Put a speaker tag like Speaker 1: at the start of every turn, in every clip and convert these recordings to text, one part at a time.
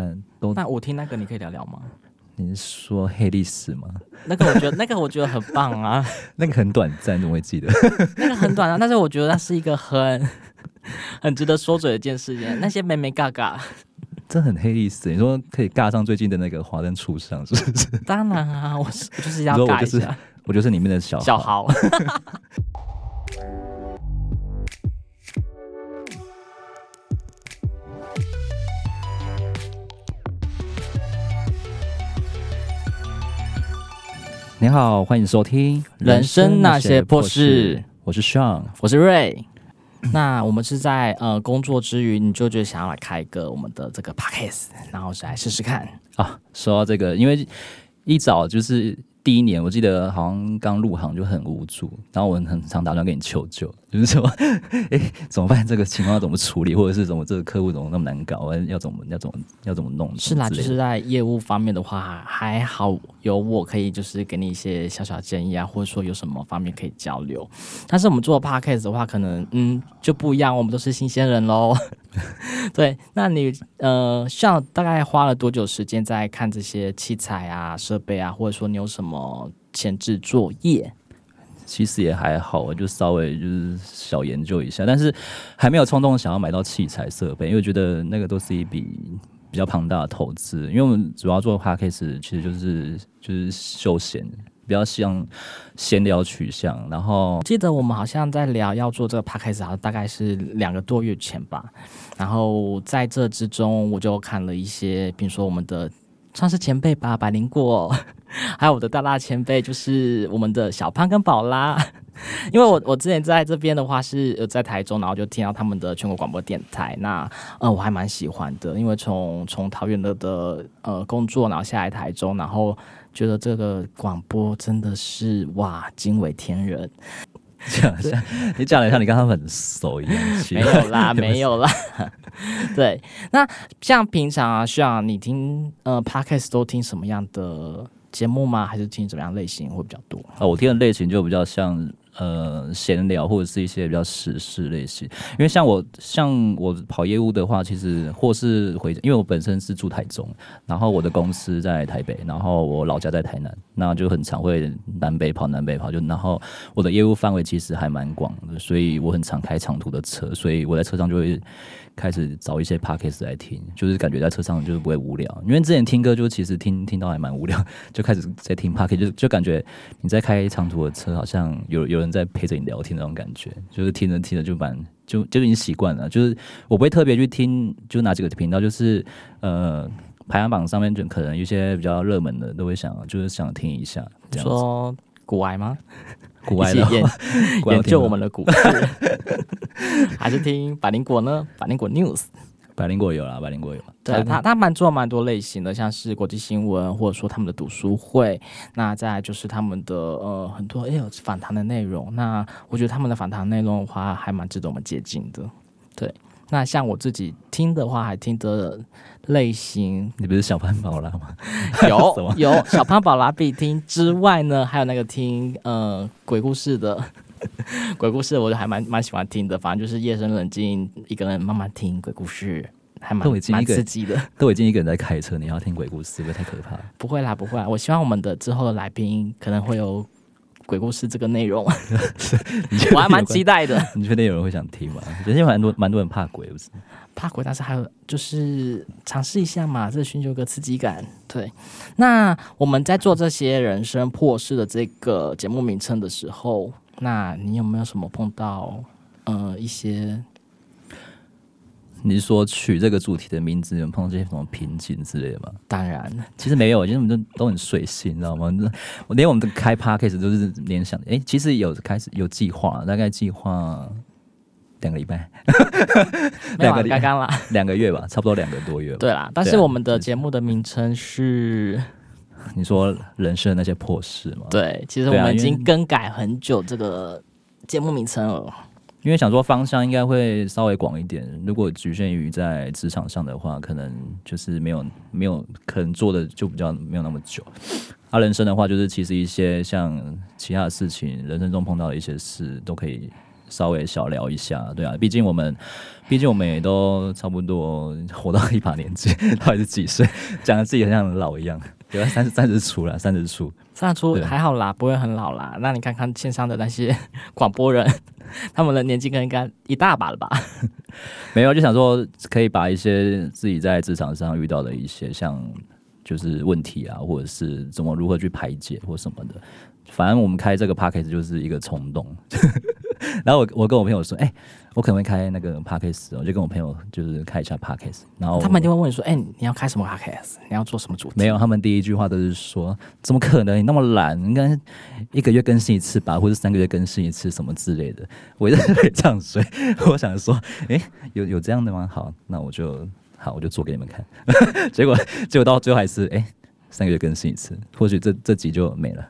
Speaker 1: 嗯都
Speaker 2: 那我听那个你可以聊聊吗？
Speaker 1: 你是说黑历史吗？
Speaker 2: 那个我觉得那个我觉得很棒啊，
Speaker 1: 那个很短暂，怎么会记得？
Speaker 2: 那个很短啊，但是我觉得那是一个很 很值得说嘴的一件事情。那些美美嘎嘎，
Speaker 1: 这很黑历史。你说可以尬上最近的那个华灯初上，是 不是？
Speaker 2: 当然啊，我是我就是
Speaker 1: 你
Speaker 2: 要
Speaker 1: 说我
Speaker 2: 尬一
Speaker 1: 就是
Speaker 2: 下
Speaker 1: 我就是里面的小
Speaker 2: 小
Speaker 1: 号。
Speaker 2: 豪。
Speaker 1: 你好，欢迎收听《
Speaker 2: 人生那些破事》，
Speaker 1: 我是 Sean。
Speaker 2: 我是瑞。那我们是在呃工作之余，你就觉得想要来开一个我们的这个 podcast，然后是来试试看。
Speaker 1: 啊，说到这个，因为一早就是第一年，我记得好像刚入行就很无助，然后我很常打算给你求救，就是说， 哎、怎么办？这个情况要怎么处理，或者是怎么这个客户怎么那么难搞，要怎么要怎么要怎么弄？
Speaker 2: 是啦，
Speaker 1: 之
Speaker 2: 就
Speaker 1: 类的
Speaker 2: 是在业务方面的话，还好有我可以就是给你一些小小建议啊，或者说有什么方面可以交流。但是我们做 podcast 的话，可能嗯就不一样，我们都是新鲜人喽。 对，那你呃，像大概花了多久时间在看这些器材啊、设备啊，或者说你有什么前置作业？
Speaker 1: 其实也还好，我就稍微就是小研究一下，但是还没有冲动想要买到器材设备，因为我觉得那个都是一笔比较庞大的投资。因为我们主要做 podcast 其实就是就是休闲，比较像闲聊取向，然后
Speaker 2: 记得我们好像在聊要做这个 podcast，好像大概是两个多月前吧。然后在这之中，我就看了一些，比如说我们的算是前辈吧，百灵果， 还有我的大大前辈，就是我们的小潘跟宝拉。 因为我我之前在这边的话是有在台中，然后就听到他们的全国广播电台，那呃我还蛮喜欢的，因为从从桃园的的呃工作，然后下来台中，然后觉得这个广播真的是哇惊为天人，
Speaker 1: 讲一下，你讲了一下，你跟他们很熟一样，奇
Speaker 2: 没
Speaker 1: 怪
Speaker 2: 有 啦，没有啦。对，那像平常啊，像你听呃 podcast 都听什么样的节目吗？还是听什么样类型会比较多？
Speaker 1: 啊，我听的类型就比较像呃闲聊或者是一些比较时事类型，因为像我像我跑业务的话，其实或是回，因为我本身是住台中，然后我的公司在台北，然后我老家在台南，那就很常会南北跑南北跑，就然后我的业务范围其实还蛮广的，所以我很常开长途的车，所以我在车上就会。开始找一些 podcast 来听，就是感觉在车上就是不会无聊，因为之前听歌就其实听听到还蛮无聊，就开始在听 podcast，就就感觉你在开长途的车，好像有有人在陪着你聊天那种感觉，就是听着听着就蛮就就已经习惯了。就是我不会特别去听，就哪几个频道，就是呃排行榜上面就可能有些比较热门的都会想，就是想听一下这样
Speaker 2: 你
Speaker 1: 子。
Speaker 2: 说古癌吗？
Speaker 1: 古
Speaker 2: 一
Speaker 1: 玩
Speaker 2: 起
Speaker 1: 的话，
Speaker 2: 研
Speaker 1: 古玩
Speaker 2: 研
Speaker 1: 有听
Speaker 2: 究
Speaker 1: 吗
Speaker 2: 我们的股市， 还是听百灵果呢？百灵果 news。
Speaker 1: 百灵果有啦，百灵果有啦。
Speaker 2: 对他，他蛮做蛮多类型的，像是国际新闻，或者说他们的读书会，那再来就是他们的呃很多也有访谈的内容。那我觉得他们的访谈内容的话，还蛮值得我们借鉴的。对，那像我自己听的话，还听的类型
Speaker 1: 你不是小潘宝拉吗？ 什
Speaker 2: 有
Speaker 1: 么
Speaker 2: 有小潘宝拉必听之外呢，还有那个听呃鬼故事的。 鬼故事我就还蛮蛮喜欢听的，反正就是夜深人静，一个人慢慢听鬼故事，还蛮
Speaker 1: 那我已经
Speaker 2: 蛮
Speaker 1: 一个
Speaker 2: 刺激的。
Speaker 1: 都已经一个人在开车，你还要听鬼故事，会不会太可 怕了？
Speaker 2: 不会啦，不会啦。我希望我们的之后的来宾可能会有鬼故事这个 内容，我还蛮期待的。
Speaker 1: 你确定有人会想听吗？人家蛮多蛮多人怕鬼，不是？
Speaker 2: 怕鬼，但是还有就是尝试一下嘛，这寻求个刺激感。对，那我们在做这些人生破事的这个节目名称的时候，那你有没有什么碰到呃一些
Speaker 1: 你是说取这个主题的名字，有碰到这些什么瓶颈之类的吗？
Speaker 2: 当然
Speaker 1: 其实没有，其实我们都都很随性，你知道吗？我连我们的开 podcast 都是联想，哎、其实有开始有计划，大概计划两个礼拜、
Speaker 2: 没有
Speaker 1: 两个
Speaker 2: 啊
Speaker 1: 礼
Speaker 2: 刚刚啦，
Speaker 1: 两个月吧，差不多两个多月吧。
Speaker 2: 对啦。但是
Speaker 1: 对啊
Speaker 2: 我们的节目的名称是，
Speaker 1: 你说人生的那些破事嘛，
Speaker 2: 对，其实我
Speaker 1: 对啊
Speaker 2: 们已
Speaker 1: 因为
Speaker 2: 经更改很久这个节目名称了。
Speaker 1: 因为想说方向应该会稍微广一点，如果局限于在职场上的话，可能就是没有没有可能做的就比较没有那么久。啊，人生的话，就是其实一些像其他的事情，人生中碰到的一些事，都可以稍微小聊一下，对啊，毕竟我们，毕竟我们也都差不多活到一把年纪，到底是几岁，讲的自己很像很老一样，对吧？三十三十出了，三十出，
Speaker 2: 那出
Speaker 1: 对
Speaker 2: 还好啦，不会很老啦。那你看看线上的那些 广播人，他们的年纪可能应该一大把了吧？
Speaker 1: 没有就想说可以把一些自己在职场上遇到的一些像就是问题啊，或者是怎么如何去排解或什么的，反正我们开这个 p a c k a g e 就是一个冲动。 然后我我跟我朋友说，哎、我可能会开那个 p a c k a g e 我就跟我朋友就是开一下 p a c k a g e 然后
Speaker 2: 他们一定会问你说：“哎、你要开什么 podcast？你要做什么主题？”
Speaker 1: 没有，他们第一句话都是说：“怎么可能？你那么懒，应该一个月更新一次吧，或者三个月更新一次什么之类的。”我一直被这样说，我想说，诶，有 有这样的吗？好，那我就好，我就做给你们看。结果结果到最后还是诶，三个月更新一次，或许这这集就没了。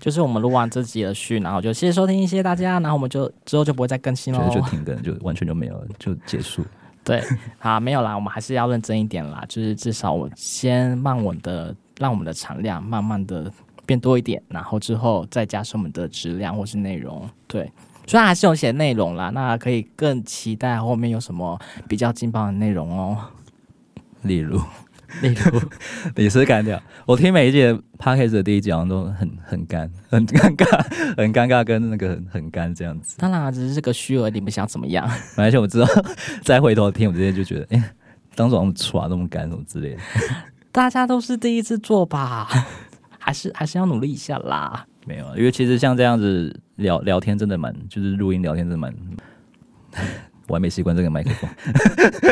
Speaker 2: 就是我们录完这集的序，然后就谢谢收听，谢谢大家，然后我们就之后就不会再更新
Speaker 1: 觉得就
Speaker 2: 喽。
Speaker 1: 停更，就完全就没有了，就结束。
Speaker 2: 对，啊，没有啦，我们还是要认真一点啦，就是至少我先慢稳的，让我们的产量慢慢的变多一点，然后之后再加深我们的质量或是内容。对，虽然还是有写内容啦，那可以更期待后面有什么比较劲爆的内容哦。
Speaker 1: 例如，
Speaker 2: 例如，
Speaker 1: 也是干掉。我听每一届 p a c k a g e 的第一集好像都很很干，很尴尬， 很尴尬，跟那个很很干这样子。
Speaker 2: 当然啊只是这个虚而已，你们想怎么样？
Speaker 1: 而且我知道， 再回头听，我直接就觉得，哎、当初我们耍那么干什么之类的，
Speaker 2: 大家都是第一次做吧，还是还是要努力一下啦。
Speaker 1: 没有啊，因为其实像这样子聊聊天，真的蛮，就是录音聊天真的蛮， 我还没习惯这个麦克风，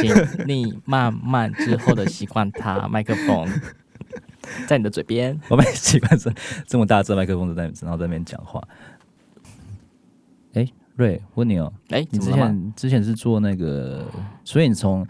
Speaker 2: 请你慢慢之后的习惯它，麦克风在你的嘴边。
Speaker 1: 我没习惯这这么大只的麦克风在那边然后在那边讲话。哎、瑞，问你哦、
Speaker 2: 哎、
Speaker 1: 你
Speaker 2: 怎
Speaker 1: 之
Speaker 2: 么了吗？
Speaker 1: 前之前是做那个，所以你从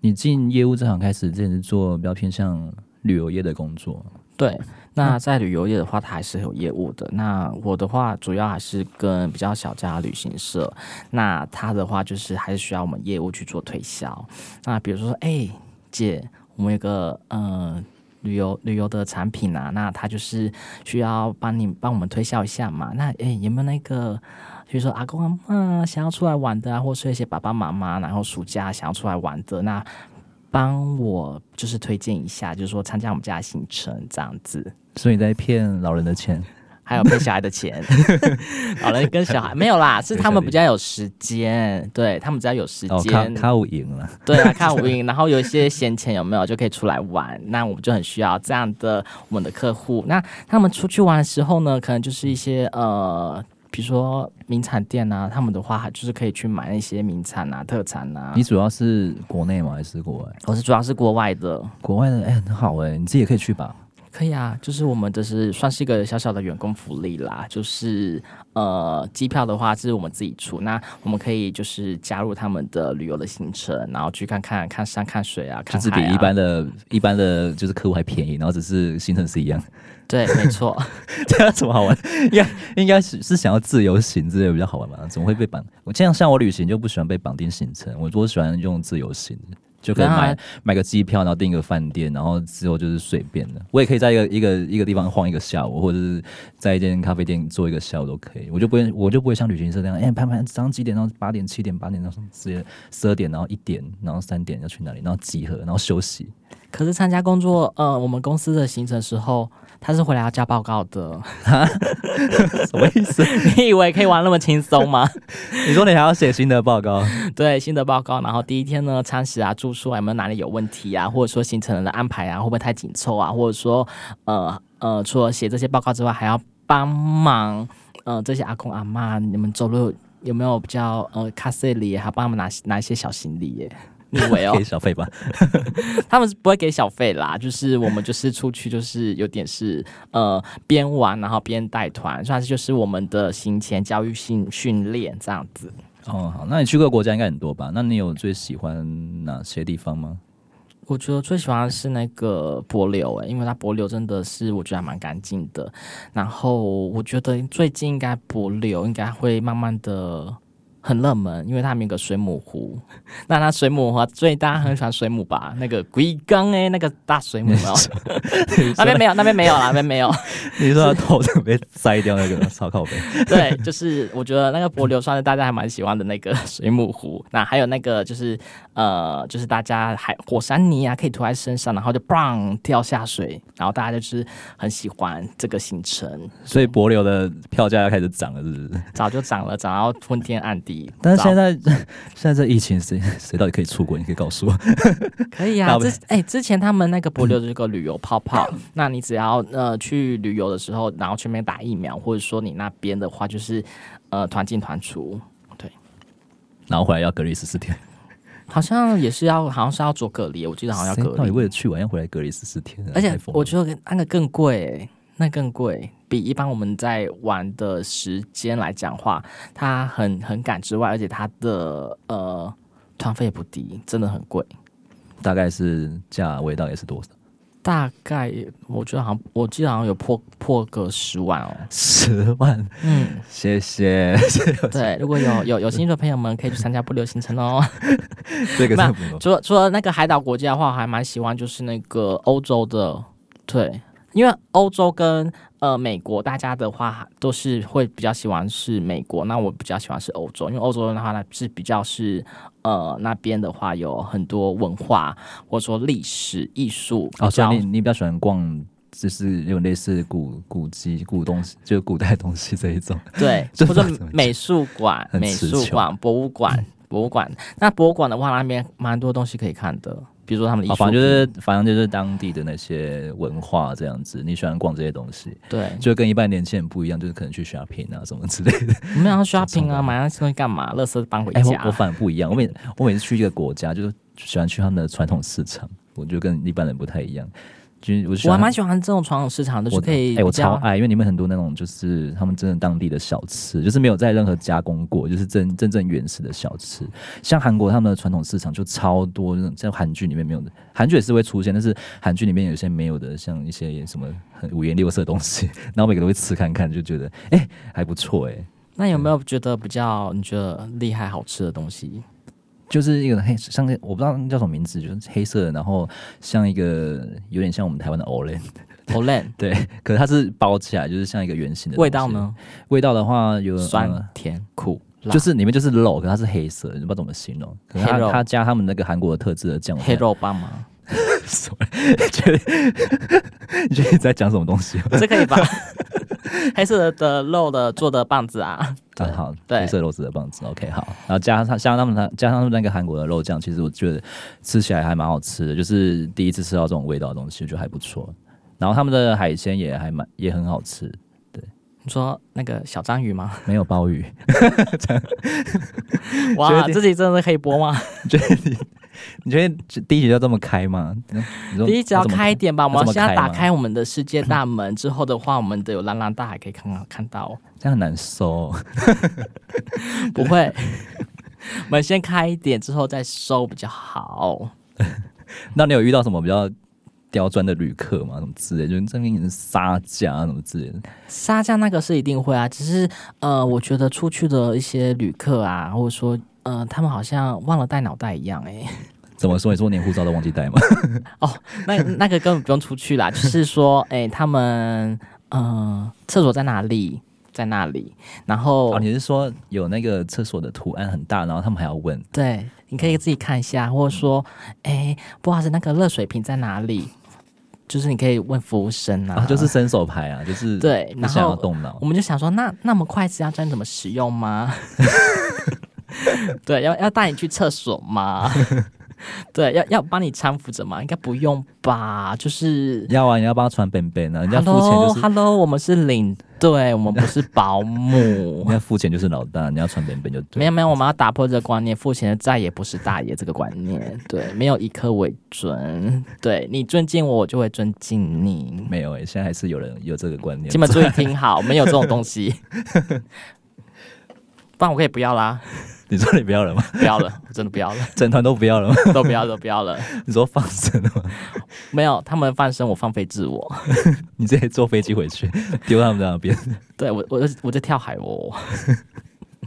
Speaker 1: 你进业务这行开始，之前是做比较偏向旅游业的工作，
Speaker 2: 对，那在旅游业的话，它还是有业务的。那我的话，主要还是跟比较小家的旅行社。那它的话，就是还是需要我们业务去做推销。那比如说，哎、姐，我们有个呃。旅游旅游的产品啊，那它就是需要帮你帮我们推销一下嘛。那哎，有没有那个，比如说阿公阿妈想要出来玩的啊，或是一些爸爸妈妈，然后暑假想要出来玩的，那帮我就是推荐一下，就是说参加我们家的行程这样子，
Speaker 1: 所以你在骗老人的钱。
Speaker 2: 还有骗小孩的 钱，老人跟小孩没有啦，是他们比较有时间，对他们比较有时
Speaker 1: 哦，卡
Speaker 2: 间，
Speaker 1: 卡五赢了。
Speaker 2: 对啊，看五运，然后有一些闲钱有没有就可以出来玩，那我们就很需要这样的我们的客户。那他们出去玩的时候呢，可能就是一些呃。比如说名产店啊，他们的话就是可以去买那些名产啊、特产啊。
Speaker 1: 你主要是国内吗？还是国外？
Speaker 2: 我是主要是国外的，
Speaker 1: 国外的哎、很好哎、你自己也可以去吧。
Speaker 2: 可以啊，就是我们这是算是一个小小的员工福利啦，就是呃，机票的话是我们自己出，那我们可以就是加入他们的旅游的行程，然后去看看看山看水啊，
Speaker 1: 就
Speaker 2: 看
Speaker 1: 是
Speaker 2: 海
Speaker 1: 比
Speaker 2: 啊，
Speaker 1: 一般的、一般的，就是客户还便宜，然后只是行程是一样。
Speaker 2: 对，没错，
Speaker 1: 这样怎么好玩？ 应该应该是是想要自由行之类的比较好玩吧？怎么会被绑？我这样像我旅行就不喜欢被绑定行程，我多喜欢用自由行，就可以
Speaker 2: 然后
Speaker 1: 买
Speaker 2: 还
Speaker 1: 买个机票，然后订个饭店，然后之后就是随便的。我也可以在一个一个一个地方晃一个下午，或者是在一间咖啡店坐一个下午都可以。我就不会我就不会像旅行社那样，哎、拍拍早上几点，然后八点、七点、八点，然后直接十二点，然后一点，然后三点要去哪里，然后集合，然后休息。
Speaker 2: 可是参加工作，呃，我们公司的行程时候，他是回来要交报告的。
Speaker 1: 什么意思？
Speaker 2: 你以为可以玩那么轻松吗？
Speaker 1: 你说你还要写新的报告？
Speaker 2: 对，新的报告，然后第一天呢，餐食啊、住宿啊，有没有哪里有问题啊，或者说行程的安排啊，会不会太紧凑啊，或者说，呃呃，除了写这些报告之外，还要帮忙，呃，这些阿公阿妈，你们走路有没有比较呃卡塞里，还帮他们拿拿一些小行李耶？你以为哦
Speaker 1: 给？小费吧。
Speaker 2: 他们是不会给小费啦，就是我们就是出去就是有点是呃边玩然后边带团，算是就是我们的行前教育性训练这样子。
Speaker 1: 哦，好，那你去过的国家应该很多吧？那你有最喜欢哪些地方吗？
Speaker 2: 我觉得最喜欢的是那个柏流、欸，因为它柏流真的是我觉得还蛮干净的。然后我觉得最近应该柏流应该会慢慢的很热门，因为他们有个水母湖。 那它水母的话，最大家很喜欢水母吧？那个龟缸哎，那个大水母啊， 那边没有，那边没有啦，那边没有。
Speaker 1: 你说他头上被摘掉那个烧烤杯，
Speaker 2: 对，就是我觉得那个柏流算是大家还蛮喜欢 的那个水母湖。那还有那个就是呃，就是大家还火山泥啊，可以涂在身上，然后就砰掉下水，然后大家就是很喜欢这个行程，
Speaker 1: 所以柏流的票价要开始涨了，是不是？
Speaker 2: 早就涨了，涨到昏天暗地。
Speaker 1: 但是
Speaker 2: 早
Speaker 1: 现在 现在这疫情，谁谁到底可以出国？你可以告诉我。
Speaker 2: 可以啊，
Speaker 1: 大部
Speaker 2: 之
Speaker 1: 分
Speaker 2: 哎、之前他们那个博流这个旅游泡泡，那你只要呃去旅游的时候，然后去那边打疫苗，或者说你那边的话就是呃团进团出，
Speaker 1: 然后回来要隔离十四天，
Speaker 2: 好像也是要好像是要做隔离，我记得好像要
Speaker 1: 谁
Speaker 2: 隔
Speaker 1: 到底
Speaker 2: 离，
Speaker 1: 为了去玩要回来隔离十四天啊、
Speaker 2: 而且
Speaker 1: 太疯了
Speaker 2: 我觉得那个更贵、欸那更贵，比一般我们在玩的时间来讲话，它很很赶之外，而且它的呃团费也不低，真的很贵。
Speaker 1: 大概是价位大概是多少？
Speaker 2: 大概我觉得好像，我记得好像有破破个十万哦。
Speaker 1: 十万，
Speaker 2: 嗯，
Speaker 1: 谢谢。
Speaker 2: 对，如果有有有兴趣的朋友们，可以去参加不流行程哦。
Speaker 1: 这个
Speaker 2: 那
Speaker 1: 是不
Speaker 2: 除了除了那个海岛国家的话，我还蛮喜欢就是那个欧洲的，对，因为欧洲跟呃美国大家的话都是会比较喜欢是美国，那我比较喜欢是欧洲，因为欧洲的话呢是比较是呃那边的话有很多文化或者说历史艺术比
Speaker 1: 哦，所
Speaker 2: 较
Speaker 1: 以你你比较喜欢逛，就是有类似古古迹、古东西，就是古代东西这一种。
Speaker 2: 对，
Speaker 1: 这
Speaker 2: 或者
Speaker 1: 不知道怎么讲
Speaker 2: 美术馆、
Speaker 1: 很
Speaker 2: 美
Speaker 1: 词
Speaker 2: 术
Speaker 1: 穷
Speaker 2: 馆、博物馆、博物馆。那博物馆的话，那边蛮多东西可以看的，比如说他们的
Speaker 1: 哦，
Speaker 2: 艺术
Speaker 1: 反
Speaker 2: 品，
Speaker 1: 正就是反正就是当地的那些文化这样子，你喜欢逛这些东西，
Speaker 2: 对，
Speaker 1: 就跟一般年轻人不一样，就是可能去 shopping 啊什么之类的。
Speaker 2: 我们要 shopping 啊，买那些东西干嘛？垃圾搬 回
Speaker 1: 哎、
Speaker 2: 家。
Speaker 1: 我我反而不一样，我每我每次去一个国家，就是喜欢去他们的传统市场，我就跟一般人不太一样，就是我就喜
Speaker 2: 我
Speaker 1: 欢
Speaker 2: 还蛮喜欢这种传统市场的，就
Speaker 1: 我
Speaker 2: 是可以
Speaker 1: 哎、我
Speaker 2: 比较
Speaker 1: 超爱，因为你们很多那种就是他们真的当地的小吃，就是没有在任何加工过，就是真真正原始的小吃。像韩国他们的传统市场就超多，那种像韩剧里面没有的，韩剧也是会出现，但是韩剧里面有些没有的，像一些什么很五颜六色的东西， 然后每个都会吃看看，就觉得哎、还不错哎、
Speaker 2: 那有没有觉得比较你觉得厉害好吃的 东西？
Speaker 1: 就是一个黑，像那我不知道那叫什么名字，就是黑色的，然后像一个有点像我们台湾的 Olen，
Speaker 2: o l e n
Speaker 1: 对，可是它是包起来，就是像一个圆形的。
Speaker 2: 味道？呢？
Speaker 1: 味道的话有呃
Speaker 2: 酸、甜、苦、辣，
Speaker 1: 就是里面就是肉，可它是黑色的，你不知道怎么形容。可是
Speaker 2: 黑肉
Speaker 1: 它它加他们那个韩国的特制的酱，我
Speaker 2: 黑
Speaker 1: 现在
Speaker 2: 肉棒吗？
Speaker 1: 觉得你觉得你在讲什么东西？
Speaker 2: 这可以吧？ 黑色的肉的做的棒子啊，
Speaker 1: 啊好，
Speaker 2: 对
Speaker 1: 黑色肉质的棒子，OK 好，然后加上加上他们那加上他们那个韩国的肉酱，其实我觉得吃起来还蛮好吃的，就是第一次吃到这种味道的东西，我觉得还不错。然后他们的海鲜也还蛮也很好吃，
Speaker 2: 你说那个小章鱼 吗？
Speaker 1: 没有鲍 鱼，
Speaker 2: 哇，
Speaker 1: 决定
Speaker 2: 这集真的可以播吗？
Speaker 1: 你觉得第一集就这么开吗？你说
Speaker 2: 第一集要
Speaker 1: 这么
Speaker 2: 开一点吧，我们
Speaker 1: 要这么
Speaker 2: 现在
Speaker 1: 开
Speaker 2: 打
Speaker 1: 吗
Speaker 2: 开我们的世界大门之后的话，我们的有蓝蓝大海可以看到看到，
Speaker 1: 这样很难收，
Speaker 2: 不会。我们先开一点，之后再收比较好。
Speaker 1: 那你有遇到什么比较刁钻的旅客吗？什么之类，就是这边人杀价啊什么之类的，
Speaker 2: 杀价那个是一定会啊，只是呃，我觉得出去的一些旅客啊，或者说呃，他们好像忘了带脑袋一样、欸，
Speaker 1: 怎么说？你说连护照都忘记带吗？
Speaker 2: 那那个根本不用出去啦， 就是说，哎、他们呃，厕所在哪里？在那里，然后、
Speaker 1: 哦，你是说有那个厕所的图案很大，然后他们还要问？
Speaker 2: 对，你可以自己看一下，或者说，哎、不好意思，那个热水瓶在哪里？就是你可以问服务生啊，
Speaker 1: 啊，就是伸手牌啊，就是
Speaker 2: 对
Speaker 1: 不
Speaker 2: 然
Speaker 1: 想
Speaker 2: 后
Speaker 1: 要动脑
Speaker 2: 我。们就想说，那那么筷子要教你怎么使用吗？ 对，要要带你去厕所吗？ 对，要要帮你搀扶着吗？应该不用吧，就是
Speaker 1: 要啊，你要帮他穿便便啊，人家付钱
Speaker 2: Hello
Speaker 1: 就是
Speaker 2: Hello，我们是领队，我们不是保 姆
Speaker 1: 人。家付钱就是老大，你要穿便便就对。
Speaker 2: 没有没有，我们要打破这个观念，付钱的再也不是大爷这个观念。对，没有以客为准。对你尊敬我，我就会尊敬你。
Speaker 1: 没有哎、现在还是有人有这个观念
Speaker 2: 请。你们注意听好，没有这种东西。不然我可以不要啦，
Speaker 1: 你说你不要了吗？
Speaker 2: 不要了，我 真的不要了，
Speaker 1: 整团都不要了吗？
Speaker 2: 都不要了，都不要了。
Speaker 1: 你说放生了吗？
Speaker 2: 没有，他们放生，我放飞自我。
Speaker 1: 你直接坐飞机回去， 丢他们在那边。
Speaker 2: 对我，我就我就跳海哦。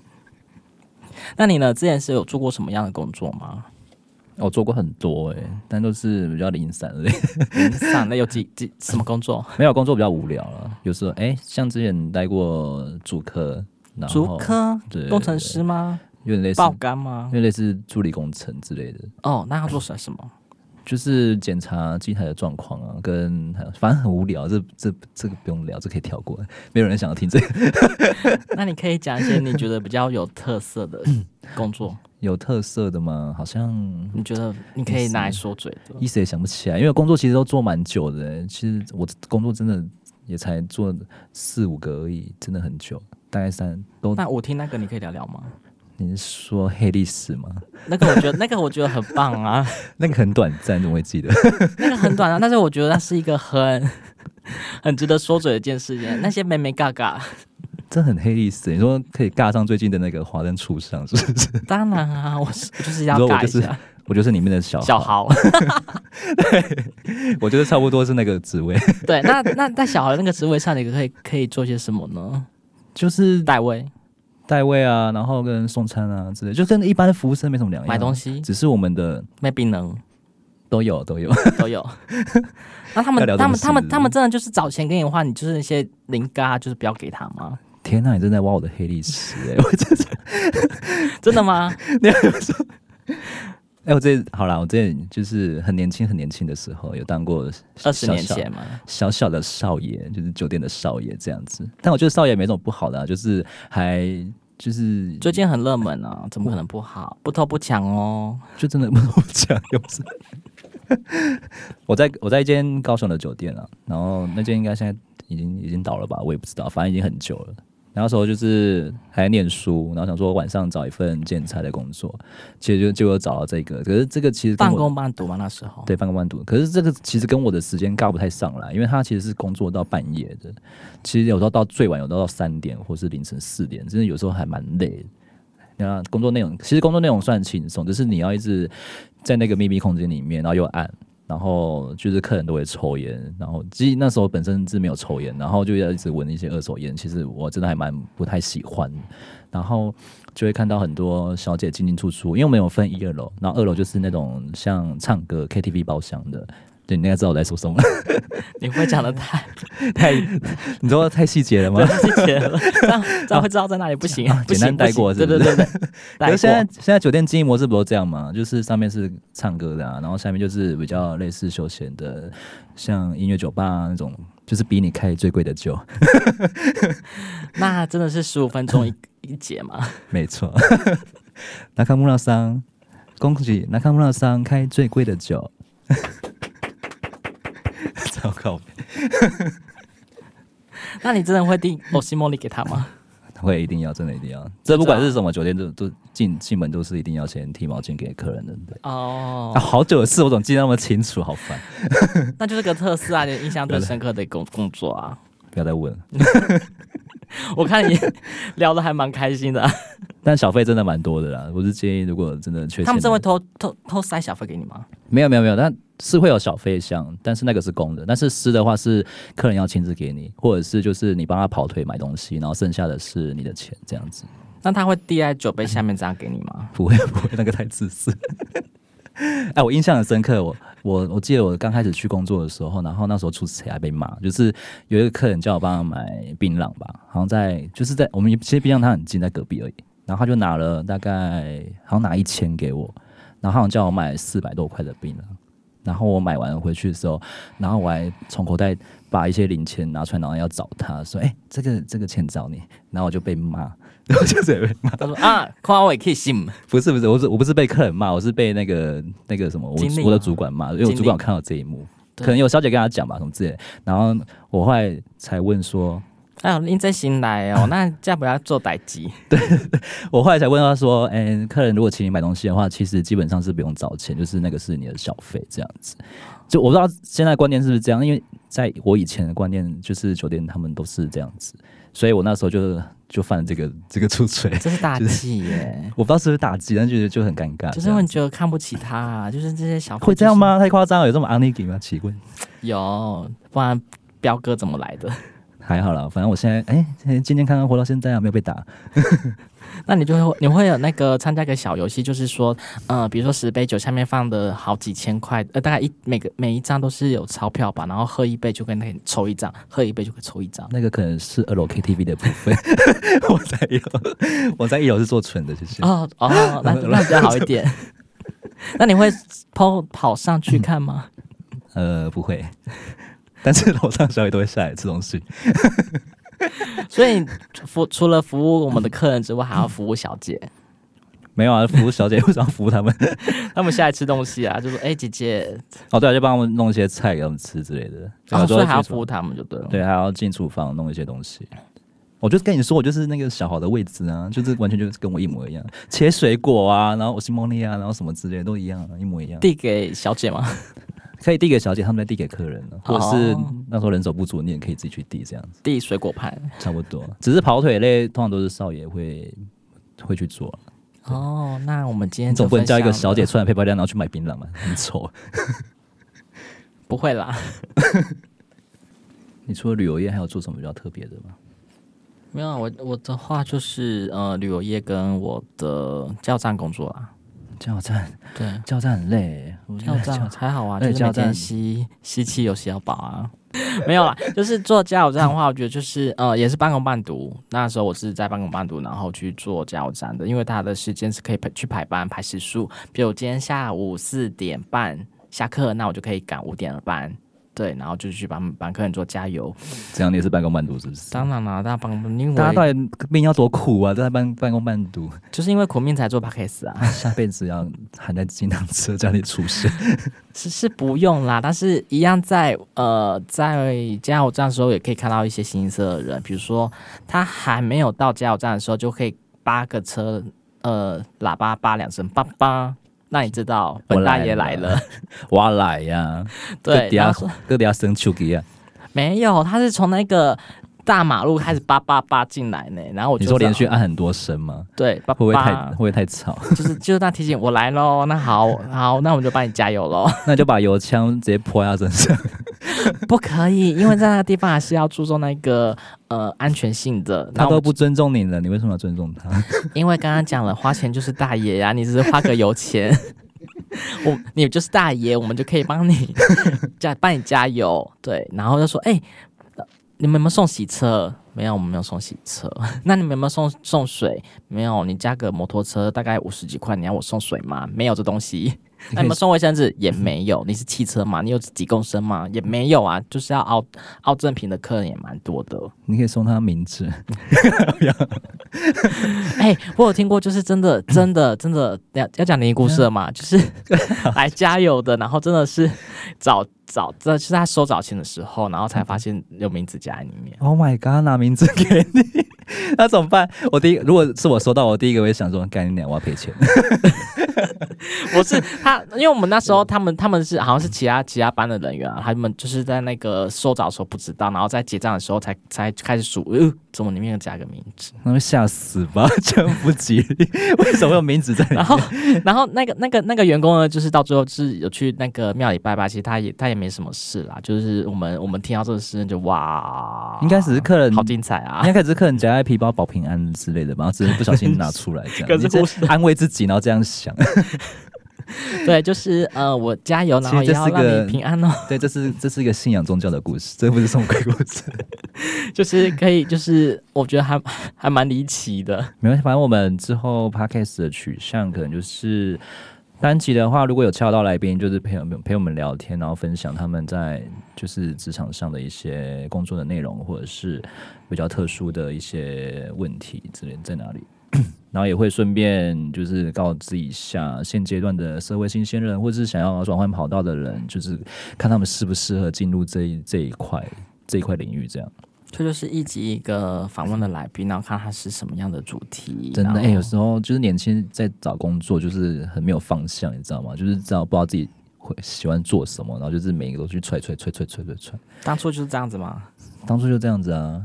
Speaker 2: 那你呢？之前是有做过什么样的工作吗？
Speaker 1: 我做过很多哎、但都是比较零散类，
Speaker 2: 零散的有几几什么工作？
Speaker 1: 没有工作比较无聊了。有时候哎、像之前待过主科，然后
Speaker 2: 竹科
Speaker 1: 对
Speaker 2: 工程师吗？
Speaker 1: 有点类似，
Speaker 2: 爆肝吗
Speaker 1: 有？点类似助理工程之类的，
Speaker 2: 哦，那要做什什么？
Speaker 1: 就是检查机台的状况啊，跟还有反正很无聊，这这这个不用聊，这可以跳过，没有人想要听这个。
Speaker 2: 那你可以讲一些你觉得比较有特色的工作，
Speaker 1: 有特色的吗？好像
Speaker 2: 你觉得你可以拿来说嘴的。
Speaker 1: 一时也想不起来，因为工作其实都做蛮久的、欸其实我工作真的也才做四五个而已，真的很久，大概三都。
Speaker 2: 那我听那个你可以聊聊吗？
Speaker 1: 你是说黑历史吗？
Speaker 2: 那个我觉得那个我觉得很棒啊，
Speaker 1: 那个很短暂，怎么会记得？
Speaker 2: 那个很短啊，但是我觉得那是一个很 很值得说嘴的一件事情。那些美美嘎嘎，
Speaker 1: 这很黑历史。你说可以尬上最近的那个华灯初上，是 不是？
Speaker 2: 当然啊，我是我就是
Speaker 1: 你
Speaker 2: 要
Speaker 1: 说我
Speaker 2: 尬一
Speaker 1: 就是
Speaker 2: 下
Speaker 1: 我就是里面的小
Speaker 2: 小
Speaker 1: 号，
Speaker 2: 豪。
Speaker 1: 我觉得差不多是那个职位，
Speaker 2: 对，那那在小孩那个职位上，你可以可以做些什么呢？
Speaker 1: 就是
Speaker 2: 代位、
Speaker 1: 代位啊，然后跟送餐啊之类，就跟一般的服务生没什么两样。
Speaker 2: 买东
Speaker 1: 西，
Speaker 2: 西
Speaker 1: 只是我们的
Speaker 2: ，maybe 能
Speaker 1: 都有都有。
Speaker 2: 都有。 那他
Speaker 1: 要
Speaker 2: 们
Speaker 1: 聊这
Speaker 2: 他
Speaker 1: 么
Speaker 2: 们
Speaker 1: 细
Speaker 2: 他
Speaker 1: 是
Speaker 2: 们
Speaker 1: 不
Speaker 2: 他
Speaker 1: 是
Speaker 2: 们真的就是找钱给你花，你就是那些零嘎，就是不要给他吗？
Speaker 1: 天呐、你正在挖我的黑历史哎、我真是
Speaker 2: 真的吗？
Speaker 1: 哎、我这好啦，我这就是很年轻很年轻的时候有当过
Speaker 2: 二 十
Speaker 1: 小
Speaker 2: 年
Speaker 1: 小
Speaker 2: 前嘛，
Speaker 1: 小小的少爷，就是酒店的少爷这样子。但我觉得少爷没什么不好的、啊，就是还就是
Speaker 2: 最近很热门啊，怎么可能不好？不偷不抢哦。
Speaker 1: 就真的不能讲，又不是。 我在我在一间高雄的酒店啊，然后那间应该现在已经已经倒了吧，我也不知道，反正已经很久了。然后那时候就是还在念书，然后想说晚上找一份兼差的工作，其实就结果找到这个，可是这个其实跟
Speaker 2: 半
Speaker 1: 我
Speaker 2: 工半读嘛，那时候。
Speaker 1: 对，半工半读。可是这个其实跟我的时间尬不太上来，因为他其实是工作到半夜的，其实有时候到最晚有时候到三点或是凌晨四点，真的有时候还蛮累的。那工作内容其实工作内容算轻松，只是你要一直在那个秘密空间里面，然后又暗，然后就是客人都会抽烟，然后其实那时候本身是没有抽烟，然后就要一直闻一些二手烟，其实我真的还蛮不太喜欢的。然后就会看到很多小姐进进出出，因为我们有分一二楼，然后二楼就是那种像唱歌 KTV 包厢的。对，你应该知道我在说什么，
Speaker 2: 你会讲的太
Speaker 1: 太，你知道太细节了 吗？
Speaker 2: 细节了，这样这样会知道在哪里不行
Speaker 1: 啊，
Speaker 2: 不
Speaker 1: 简
Speaker 2: 行，
Speaker 1: 单带过
Speaker 2: 不行
Speaker 1: 是
Speaker 2: 对
Speaker 1: 不
Speaker 2: 对
Speaker 1: 是
Speaker 2: 对对， 带
Speaker 1: 可是现在
Speaker 2: 过。
Speaker 1: 现在酒店经营模式不都这样吗？就是上面是唱歌的、啊，然后下面就是比较类似休闲的，像音乐酒吧、那种，就是比你开最贵的酒，
Speaker 2: 那真的是十五分钟一 一节嘛？
Speaker 1: 没 错。 拿卡穆拉桑，恭喜拿卡穆拉桑开最贵的酒。 糟糕，
Speaker 2: 那你真的会订欧西莫莉给他吗？
Speaker 1: 会一定要，真的一定要。这不管是什么酒店，都都进进门都是一定要先剃毛巾给客人的。对，
Speaker 2: 哦
Speaker 1: 啊，，好久的事，我怎么记得那么清楚？好 烦，
Speaker 2: 那就是个特色啊，你印象最深刻的工工作 啊。
Speaker 1: 不要再问了。
Speaker 2: 我看你聊的还蛮开心的啊、
Speaker 1: 但小费真的蛮多的啦，我是建议，如果真的缺钱的，
Speaker 2: 他们真会偷偷偷塞小费给你吗？
Speaker 1: 没有没有没有，但是会有小费箱，但是那个是公的，但是私的话是客人要亲自给你，或者是就是你帮他跑腿买东西，然后剩下的是你的钱这样子。
Speaker 2: 那他会递在酒杯下面这样给你吗？
Speaker 1: 不会不会，那个太自私。 哎，我印象很深刻，我我我记得我刚开始去工作的时候，然后那时候出差还被骂，就是有一个客人叫我帮他买槟榔吧，好像在就是在我们其实槟榔他很近，在隔壁而已，然后他就拿了大概好像拿一千给我，然后好像叫我买四百多块的槟榔，然后我买完回去的时候，然后我还从口袋把一些零钱拿出来，然后要找他说，哎、这个这个钱找你，然后我就被骂， 然后就是被骂。
Speaker 2: 他说啊，夸我也可以信。
Speaker 1: 不是不是，我是我不是被客人骂，我是被那个那个什么，我
Speaker 2: 经理
Speaker 1: 我的
Speaker 2: 吗
Speaker 1: 主管骂，因为我
Speaker 2: 经理
Speaker 1: 主管有看到这一幕，
Speaker 2: 对
Speaker 1: 可能有小姐跟他讲吧，什么之类的。然后我后来才问说，
Speaker 2: 哎呦，你真新来 哦，那这样不要做歹机。
Speaker 1: 我后来才问他说，嗯、客人如果请你买东西的话，其实基本上是不用找钱，就是那个是你的小费这样子。就我不知道现在观念是不是这样，因为在我以前的观念，就是酒店他们都是这样子，所以我那时候就就犯了这个这个出锤。
Speaker 2: 这是大忌耶，
Speaker 1: 我不知道是不是打击，但就是就很尴啊尬这样。
Speaker 2: 就是会觉得看不起他、啊就是这些小
Speaker 1: 会这样？吗？太夸张了，有这么 u n i 吗？奇怪。
Speaker 2: 有，不然彪哥怎么来的？
Speaker 1: 还好啦，反正我现在哎、健健康康活到现在啊，没有被打。
Speaker 2: 那你就会你会有那个参加一个小游戏，就是说，呃，比如说十杯酒下面放的好几千块，呃，大概一每个每一张都是有钞票吧，然后喝一杯就跟那个抽一张，喝一杯就可以抽一张。
Speaker 1: 那个可能是二楼 KTV 的部分， 我在一楼，我在一楼是做蠢的，就是。
Speaker 2: 哦哦，那那比较好一点。 那你会跑跑上去看吗？
Speaker 1: 呃，不会。但是楼上小姐都会下来吃东西，
Speaker 2: 所以服除了服务我们的客人之外，还要服务小姐，
Speaker 1: 没有啊？服务小姐为什么要服务他 们？
Speaker 2: 他们下来吃东西啊，就说：“哎、姐姐，
Speaker 1: 哦，对啊，就帮他们弄一些菜给他们吃之类的。啊
Speaker 2: 哦，所以还要
Speaker 1: 进厨
Speaker 2: 服务他们就对了。”
Speaker 1: 对，还要进厨房弄一些东西。我就跟你说，我就是那个小豪的位置啊，就是完全就是跟我一模一样，切水果啊，然后我是茉莉啊，然后什么之类的都一样、啊，一模一样。
Speaker 2: 递给小姐吗？
Speaker 1: 可以递给小姐，他们再递给客人啊，或者是
Speaker 2: 哦
Speaker 1: 那时候人手不足，你也可以自己去递，这样子
Speaker 2: 递水果盘。
Speaker 1: 差不 多。只是跑腿类通常都是少爷会会去做啊，
Speaker 2: 哦，那我们今天
Speaker 1: 你总
Speaker 2: 就
Speaker 1: 不能叫一个
Speaker 2: 分享
Speaker 1: 小姐
Speaker 2: 了
Speaker 1: 穿着背包袋然后去买槟榔嘛， 很丑。
Speaker 2: 不会啦，
Speaker 1: 你除了旅游业还有做什么比较特别的吗？
Speaker 2: 没有啊我我的话就是呃旅游业跟我的加油站工作啊啦。
Speaker 1: 加油站，
Speaker 2: 对，
Speaker 1: 加油站很累，我觉
Speaker 2: 加
Speaker 1: 得
Speaker 2: 油 站还好啊，
Speaker 1: 那
Speaker 2: 就
Speaker 1: 你
Speaker 2: 是每
Speaker 1: 加油站
Speaker 2: 天吸吸气有吸到饱啊。 没有啦，就是做加油站的话，我觉得就是呃也是半工半读。那时候我是在半工半读，然后去做加油站的，因为它的时间是可以排去排班排时数，比如今天下午四点半下课，那我就可以赶五点的班。对，然后就去帮帮客人做加油。
Speaker 1: 这样你也是半工半读是不是？
Speaker 2: 当然啦，大家帮因为
Speaker 1: 大家
Speaker 2: 我
Speaker 1: 到底命要多苦啊，都在半半工半读，
Speaker 2: 就是因为苦命才做 p a c k a g e 啊。
Speaker 1: 下辈子要还在金汤车家里出生。
Speaker 2: 是是不用啦，但是一样在呃在加油站的时候也可以看到一些形形色色的人，比如说他还没有到加油站的时候，就可以扒个车呃喇叭叭两声叭叭，那你知道本大爷 来了，
Speaker 1: 我来呀、
Speaker 2: 对，
Speaker 1: 底
Speaker 2: 然
Speaker 1: 下
Speaker 2: 后说
Speaker 1: 搁底下生手机啊！
Speaker 2: 没有，他是从那个大马路开始叭叭叭进来呢，然后我就
Speaker 1: 你说连续
Speaker 2: 知道
Speaker 1: 按很多声吗？
Speaker 2: 对
Speaker 1: 会啊
Speaker 2: 叭
Speaker 1: 不会太
Speaker 2: 叭
Speaker 1: 会，不会太吵？
Speaker 2: 就是就是那提醒我来喽，那好好，那我们就帮你加油喽。
Speaker 1: 那你就把油枪直接泼在他身 上。
Speaker 2: 不可以，因为在那个地方还是要注重那个呃安全性的。
Speaker 1: 他
Speaker 2: 那我
Speaker 1: 都
Speaker 2: 们
Speaker 1: 不尊重你了，你为什么要尊重他？
Speaker 2: 因为刚刚讲了，花钱就是大爷呀、啊你只是花个油钱， 我你就是大爷，我们就可以帮你 加帮你加油。对，然后就说，哎、呃你们有没有送洗车？没有，我们没有送洗车。 那你们有没有送送水？没有，你加个摩托车大概五十几块，你要我送水吗？没有这东西。
Speaker 1: 你
Speaker 2: 那
Speaker 1: 可
Speaker 2: 你
Speaker 1: 以
Speaker 2: 们送卫生纸也没有，你是汽车嘛？你有几公升嘛？也没有啊，就是要凹凹正品的客人也蛮多的。
Speaker 1: 你可以送他名字，
Speaker 2: 哎、我有听过，就是真的真的真的要要讲灵异故事了嘛？就是 来加油的，然后真的是找找，这是他收找钱的时候，然后才发现有名字加在里 面。
Speaker 1: Oh my god！拿名字给你， 那怎么办？我第一，如果是我收到，我第一个会想说，干你娘，我要赔钱。
Speaker 2: 我是他，因为我们那时候他们他们是好像是其他其他班的人员啊，他们就是在那个收找的时候不知道，然后在结账的时候才才开始数，呃，怎么里面有加个名字？
Speaker 1: 那会吓死吧？ 真不吉利。为什么会有名字 在里面？
Speaker 2: 然后然后那个那个那个员工呢，就是到最后是有去那个庙里拜拜，其实他也他也没什么事啦，就是我们我们听到这个事情就哇，
Speaker 1: 应该只是客人
Speaker 2: 好精彩
Speaker 1: 应
Speaker 2: 啊！
Speaker 1: 该可以是客人夹在皮包保平安之类的吧，然后只是不小心拿出来这
Speaker 2: 可
Speaker 1: 样，
Speaker 2: 是
Speaker 1: 你
Speaker 2: 不
Speaker 1: 是安慰自己，然后这样想。
Speaker 2: 对，就是呃，我加油，然后
Speaker 1: 其实
Speaker 2: 也
Speaker 1: 这
Speaker 2: 要
Speaker 1: 是个
Speaker 2: 让你平安哦，
Speaker 1: 对，这是这是一个信仰宗教的故事，这不是什么鬼故事。
Speaker 2: 就是可以，就是我觉得还 还蛮离奇的。
Speaker 1: 没关系，反正我们之后 podcast 的取向可能就是单集的话，如果有敲到来宾，就是陪我们陪我们聊天，然后分享他们在就是职场上的一些工作的内容，或者是比较特殊的一些问题之类在哪里。 然后也会顺便就是告知一下现阶段的社会新鲜人，或者是想要转换跑道的人，就是看他们适不适合进入这一这一块这一块领域这样。
Speaker 2: 这就是一集一个访问的来宾，然后看他是什么样的主题。
Speaker 1: 真的，哎、
Speaker 2: 哎、
Speaker 1: 有时候就是年轻人在找工作，就是很没有方向，你知道吗？就是知道不知道自己会喜欢做什么，然后就是每一个都去踹踹踹踹踹踹踹。
Speaker 2: 当初就是这样子嘛。
Speaker 1: 当初就这样子啊，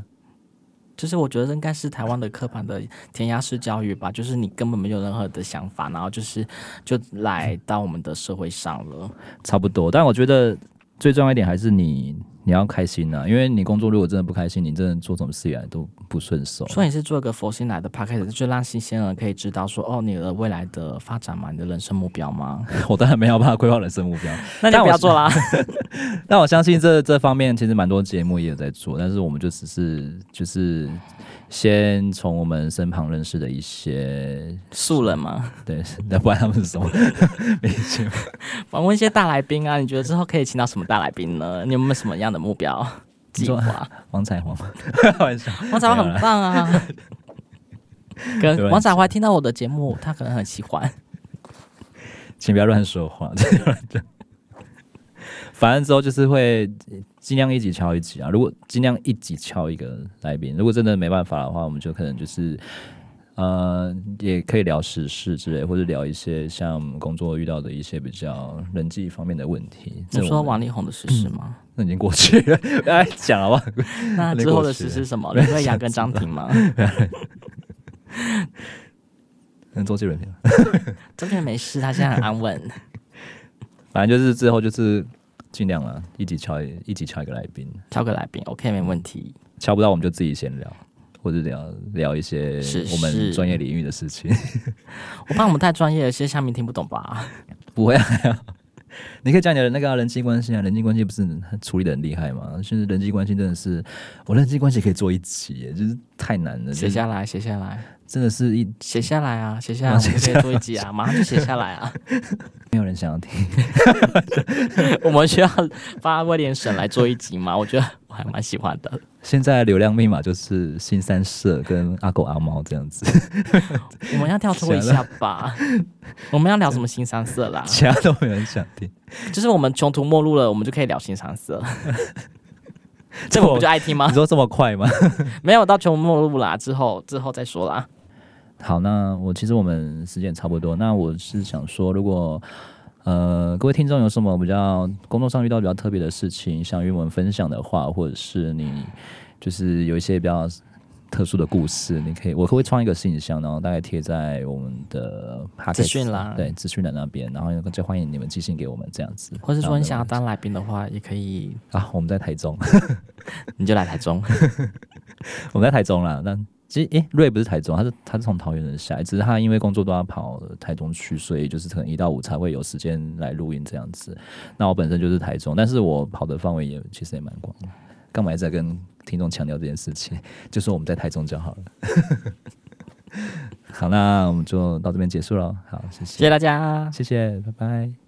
Speaker 2: 就是我觉得应该是台湾的刻板的填鸭式教育吧，就是你根本没有任何的想法，然后就是就来到我们的社会上了。
Speaker 1: 差不多。但我觉得最重要一点还是你你要开心啊呐、因为你工作如果真的不开心，你真的做什么事情来都不顺手。
Speaker 2: 所以你是做一个佛心来的 p a c a s t 就让新鲜人可以知道说，哦，你的未来的发展嘛，你的人生目标嘛，
Speaker 1: 我当然没有办法规划人生目标，
Speaker 2: 那就
Speaker 1: 但
Speaker 2: 不
Speaker 1: 我
Speaker 2: 要做啦。
Speaker 1: 但我相信这这方面其实蛮多节目也有在做，但是我们就只是就是先从我们身旁认识的一些
Speaker 2: 素人嘛，
Speaker 1: 对，那不然他们是什么？
Speaker 2: 访问一些大来宾啊，你觉得之后可以请到什么大来宾呢？你有没有什么样的目 标计
Speaker 1: 说
Speaker 2: 划？
Speaker 1: 王彩虹吗？开玩笑，
Speaker 2: 王彩花很棒啊， 可能
Speaker 1: 对
Speaker 2: 王彩花听到我的节目，她可能很喜欢。
Speaker 1: 请不要乱说话。反正之后就是会尽量一集敲一集啊，如果尽量一集敲一个来宾，如果真的没办法的话，我们就可能就是。呃，也可以聊时事之类，或者聊一些像工作遇到的一些比较人际方面的问题。这
Speaker 2: 你说
Speaker 1: 我们
Speaker 2: 王力宏的事实吗？
Speaker 1: 那已经过去了，不要再讲了吧。
Speaker 2: 那之后的事是 什么？林瑞阳跟张庭 吗？
Speaker 1: 跟周杰伦一样
Speaker 2: 周杰伦没事，他现在很安稳。
Speaker 1: 反正就是之后就是尽量啊，一集敲一一集敲一个来宾，
Speaker 2: 挑个来宾，OK，没问题。
Speaker 1: 敲不到我们就自己闲聊，或者聊聊一些
Speaker 2: 是
Speaker 1: 我们
Speaker 2: 是
Speaker 1: 专业领域的事情。
Speaker 2: 我怕我们太专业了，有些下面听不懂吧？
Speaker 1: 不会啊， 你可以讲你的那个啊、人际关系啊，人际关系不是处理的很厉害吗？就是人际关系真的是，我人际关系可以做一集耶，就是太难了，
Speaker 2: 写
Speaker 1: 就是
Speaker 2: 下来，写下来，啊
Speaker 1: 真的是一
Speaker 2: 写下来啊，写下来，
Speaker 1: 啊
Speaker 2: 我们
Speaker 1: 写
Speaker 2: 可以做一集 啊，马上就写下来啊。
Speaker 1: 没有人想要听。
Speaker 2: 我们需要发威廉省来做一集吗？我觉得我还蛮喜欢 的。
Speaker 1: 现在流量密码就是新三社跟阿狗阿猫这样
Speaker 2: 啊
Speaker 1: 子，
Speaker 2: 我们要跳脱一下吧。我们要聊什么新三色 啦？
Speaker 1: 其他都没有人想听。
Speaker 2: 就是我们穷途末路了，我们就可以聊新三 色。这个我不就爱听吗
Speaker 1: 你？说这么快吗？
Speaker 2: 没有到穷途末路啦，之后之后再说啦。
Speaker 1: 好，那我其实我们时间也差不多，那我是想说，如果呃各位听众有什么比较工作上遇到比较特别的事情，想与我们分享的话，或者是你就是有一些比较特殊的故事，你可以我会创一个信箱，然后大概贴在我们的 podcast-
Speaker 2: 资讯栏
Speaker 1: 对资讯栏那边，然后再欢迎你们寄信给我们这样子，
Speaker 2: 或是说你想要
Speaker 1: 然后
Speaker 2: 当来宾的话，也可以，
Speaker 1: 啊，我们在台中，
Speaker 2: 你就来台中。
Speaker 1: 我们在台中啦，那。其实，诶、瑞不是台中，他是他是从桃园人下来，只是他因为工作都要跑台中去，所以就是可能一到五才会有时间来录音这样子。那我本身就是台中，但是我跑的范围也其实也蛮广的。干嘛一直在跟听众强调这件事情？ 就说我们在台中就好了。好，那我们就到这边结束了。好，谢
Speaker 2: 谢
Speaker 1: 谢，
Speaker 2: 谢大家。
Speaker 1: 谢谢，拜拜。